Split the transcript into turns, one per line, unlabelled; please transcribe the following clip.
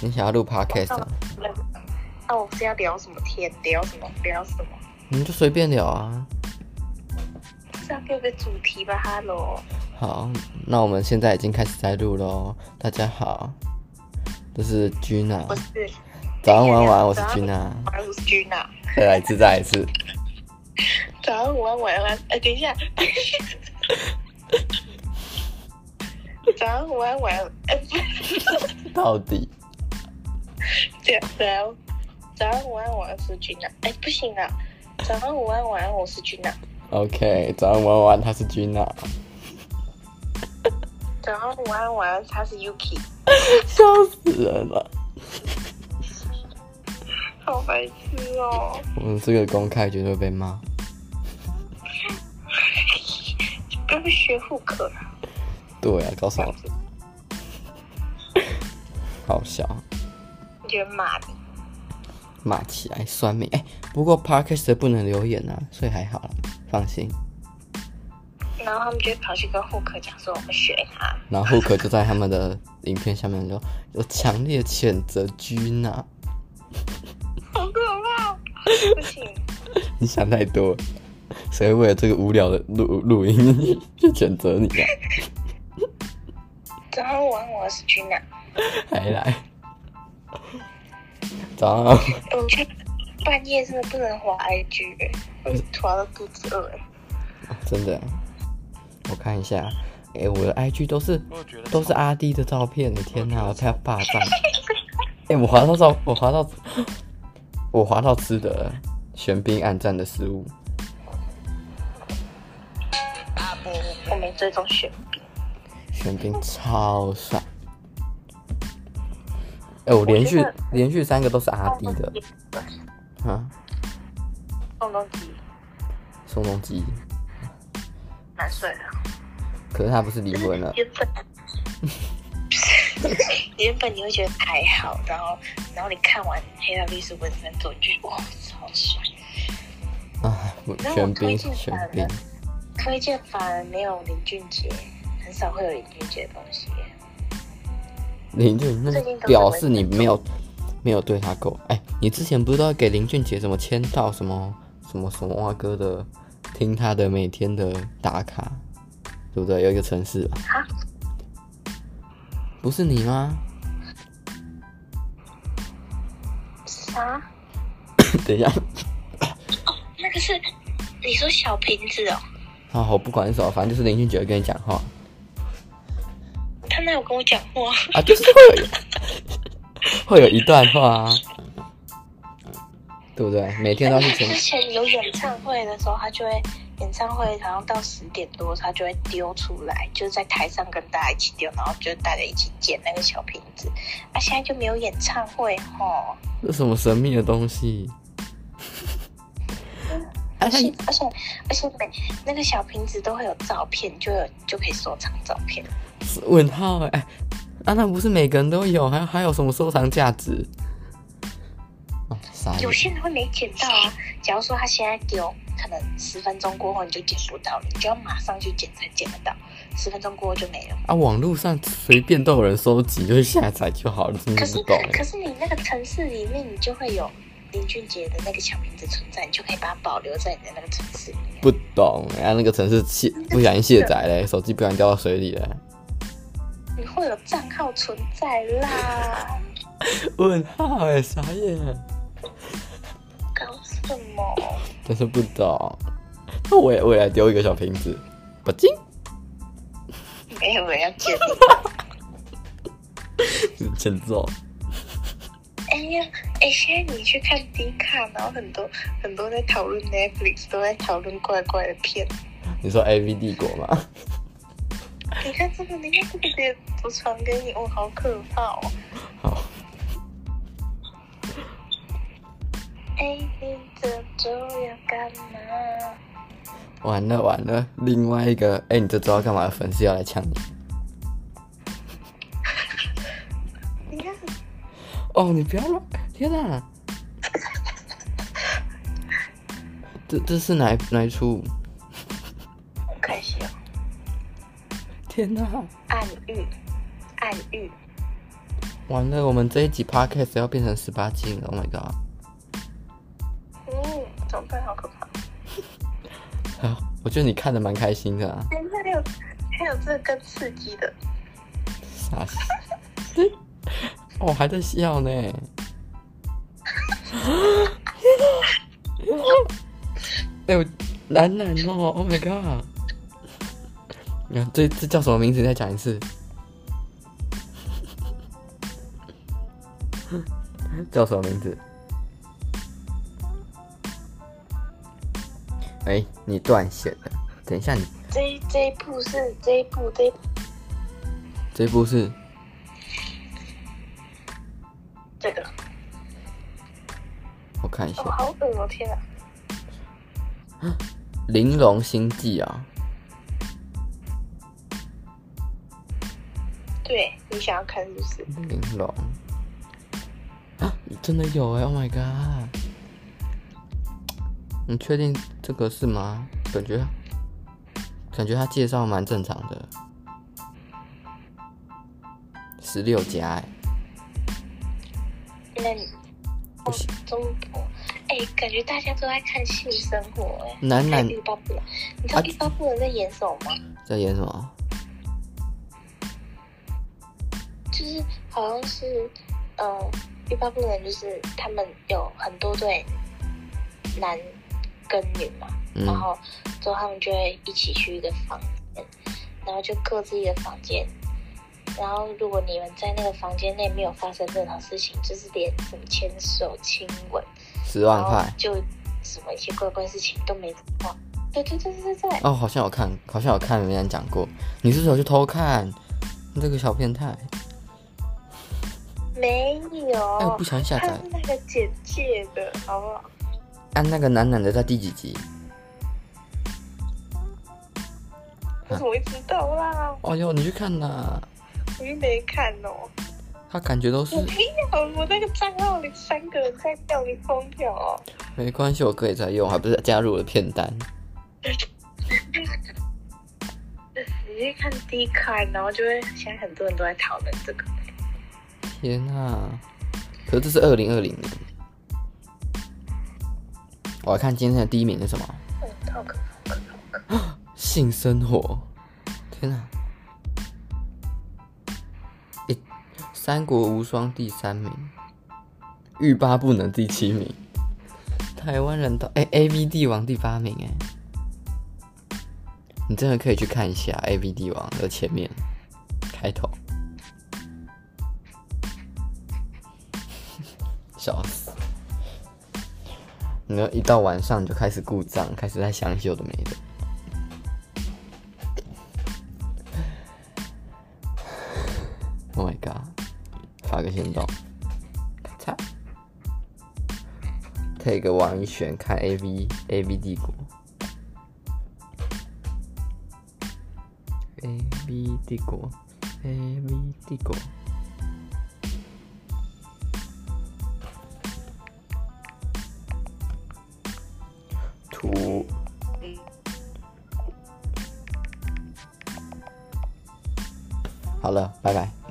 你想要录 podcast 啊？
那我们是要聊什么天？聊什么？聊什么？
你嗯就随便聊啊。
这样给我个主题吧，Hello。
好，那我们现在已经开始在录喽。大家好，这是 Gina
我。是
早安，晚安，晚安，我是 Gina
早。安，我是 Gina。
再来一次，再来一次。
早安，午安，晚安。哎，等一 下。早安，午安，晚安。哎，不 是
到底
这样。早安，早安，午安，晚安是 Gina。哎，不行啊。早安，午安，晚安，我是 Gina。
？OK，早安，晚安，晚安，她是 Gina。
早安，午安，晚安，他是 Yuki。
笑死人了。
好白痴哦。
我们这个公开绝对会被骂。
不要学妇科啊。
对啊，告诉我，好笑，
有人骂你。
骂起来酸民。哎、不过 podcast 不能留言啊，所以还好啦，放心。
然后他们就会跑去跟护科讲说我们学他，
然后 h o 就在他们的影片下面说：“我强烈谴责 Gina，
好可怕！不行，
你想太多，谁会为了这个无聊的录录音去谴责你啊？
早上玩我是君娜，
还来，早上
我去半夜真的不能滑 IG，欸我突然肚子饿欸。
真的，我看一下，哎、我的 IG 都是
我觉得
都是阿弟的照片，你天哪，我太霸占了。哎、我滑到照，我滑到，我滑到吃的了玄彬暗战的食物，
我没追踪雪，
玄彬超帅。哎、我连续
我觉得
连续三个都是阿弟的啊，
宋仲基
宋仲基，
蛮帅的，
可是他不是离婚了，
啊原本原本你会觉得还好，然后然后你看完《黑道律师文森佐》，你就觉得哇超帅。
啊，不
那我
玄彬
推荐
玄
他了
彬，
推荐反而没有林俊杰，很少会有林俊杰的东西耶。
林俊那
最近都是
表
文
示你
森佐
没有没有对他够。哎、你之前不是都要给林俊杰什么签到什么什么什么蛙哥的，听他的每天的打卡，对不对？有一个城市吧
啊？
不是你吗？
啥？
等一下，
那个是你说小瓶子哦？
啊，我不管什么，反正就是林俊杰会跟你讲话
他那有跟我讲话？
啊，就是会有 会有一段话、啊，对不对？每天都要去签
之前有演唱会的时候，他就会演唱会好像到十点多，他就会丢出来，就是在台上跟大家一起丢，然后就大家一起捡那个小瓶子。啊，现在就没有演唱会哦吼。
这什么神秘的东 西？啊，
而
他
且而且而且每那个小瓶子都会有照片，就有就可以收藏照
哎
片。
问号哎、啊，那不是每个人都有，还还有什么收藏价值？哦，傻眼
有些人会没捡到啊。假如说他现在丢，可能十分钟过后你就捡不到了，你就要马上去捡才捡得到。十分钟过后就没了。
啊！网络上随便都有人收集，就是下载就好了，真
可
的
是
不懂
可是你那个城市里面，你就会有林俊杰的那个小名字存在，你就可以把它保留在你的那个城市里面。
不懂。啊，那个城市卸不小心卸载嘞，手机不小心掉到水里了。
你会有账号存在啦，
问号哎、傻眼，
搞什么？
真是不懂。那我也我也来丢一个小瓶子，不进，
没有人要见你。
欠揍。
哎呀，哎，现在你去看 D 卡，然后很多很多在讨论 Netflix，都在讨论怪怪的片。
你说 A V 帝国吗？
你看这个，你看这个也我传给你，我好可怕哦！
好，
哎，你这周要干嘛？
完了完了，另外一个哎、你这知道干嘛？粉丝要来抢你。
你看，
哦，你不要乱！天啊哪，这这是哪一哪一出？
好开心哦！
天哪，
暗喻，暗喻，
完了，我们这一集 podcast 要变成十八禁了，Oh my god！
嗯，怎么办？好可怕！
啊，我觉得你看的蛮开心的啊，
哎，那还有还有这个更刺激的，
傻笑。哎哦，还在笑呢。 哎、我男男哦，Oh my god！你看这这叫什么名字？你再讲一次。 叫什么名字？哎、你断线了。等一下你，
这一这一部是这一部这一
这部是
这个，
我看一下
哦，，好恶哦！天啊，
《玲珑心计》啊。
对你想要看是不是？
玲珑啊，真的有哎、o h my god！你确定这个是吗？感觉感觉他介绍蛮正常的，十六家哎、
那你
不行，
中国，哎、感觉大家都在看性生活、哎，
男男
看欲罢不能。你知道
啊
欲罢不能在演什么吗？
在演什么？
就是好像是，呃，欲罢不能就是他们有很多对男跟女嘛，
嗯
然后之后他们就会一起去一个房间，然后就各自一个房间。然后，如果你们在那个房间内没有发生任何事情，就是连什么牵手、亲吻，
十万
然后
块
就什么一些怪怪事情都没做。对对对对对对，
哦，好像有看，好像有看人家讲过，你是不是有去偷看？你这个小变态！
没有。
哎、我不小心下载
它是那个简介的，好不好？
按、那个男男的在第几集？
我怎么会知道啦？
哦哟，你去看呐！
我又没看哦。
他感觉都是
我不要，我那个账号里三个人在叫你疯掉哦。
没关系，我哥也在用，还不是加入我的片单。
你去看 D 开，然后就会现在很多人都在讨论这个。
天啊！可是这是二零二零年。我来看今天的第一名是什么？
嗯，好可怕，好可怕。
性生活。天啊！诶三国无双第三名，欲罢不能第七名，台湾人到哎 A V 帝王第八名哎、你真的可以去看一下 A V 帝王的前面开头， 笑死！你要一到晚上你就开始故障，开始在想一些有的没的。Oh my god！发个行动，咔嚓，take 王一璇看 A V A V 帝国，A V 帝国，A V 帝国。图好了，拜拜。